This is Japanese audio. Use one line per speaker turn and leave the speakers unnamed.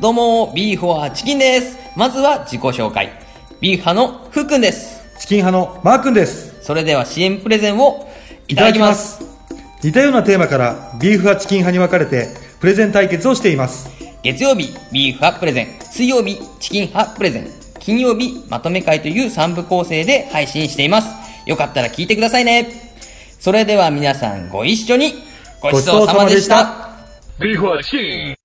どうも、ビーフォアチキンです。まずは自己紹介。ビーフ派のふっくんです。
チキン派のマー君です。
それでは CM プレゼンをいただきます。
似たようなテーマからビーフ派チキン派に分かれてプレゼン対決をしています。
月曜日、ビーフ派プレゼン。水曜日、チキン派プレゼン。金曜日、まとめ会という3部構成で配信しています。よかったら聞いてくださいね。それでは皆さんご一緒に、ごちそうさまでした。
ビーフはチキン